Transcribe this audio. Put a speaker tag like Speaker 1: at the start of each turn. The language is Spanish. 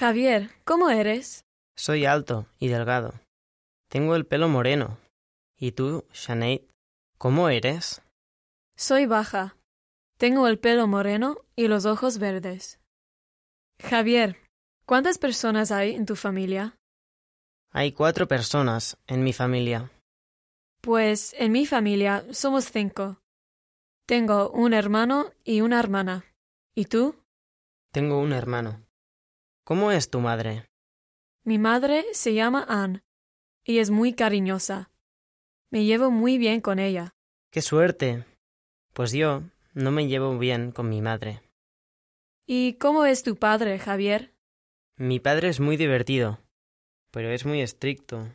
Speaker 1: Javier, ¿cómo eres?
Speaker 2: Soy alto y delgado. Tengo el pelo moreno. ¿Y tú, Sinead, cómo eres?
Speaker 1: Soy baja. Tengo el pelo moreno y los ojos verdes. Javier, ¿cuántas personas hay en tu familia?
Speaker 2: Hay cuatro personas en mi familia.
Speaker 1: Pues en mi familia somos cinco. Tengo un hermano y una hermana. ¿Y tú?
Speaker 2: Tengo un hermano. ¿Cómo es tu madre?
Speaker 1: Mi madre se llama Anne y es muy cariñosa. Me llevo muy bien con ella.
Speaker 2: ¡Qué suerte! Pues yo no me llevo bien con mi madre.
Speaker 1: ¿Y cómo es tu padre, Javier?
Speaker 2: Mi padre es muy divertido, pero es muy estricto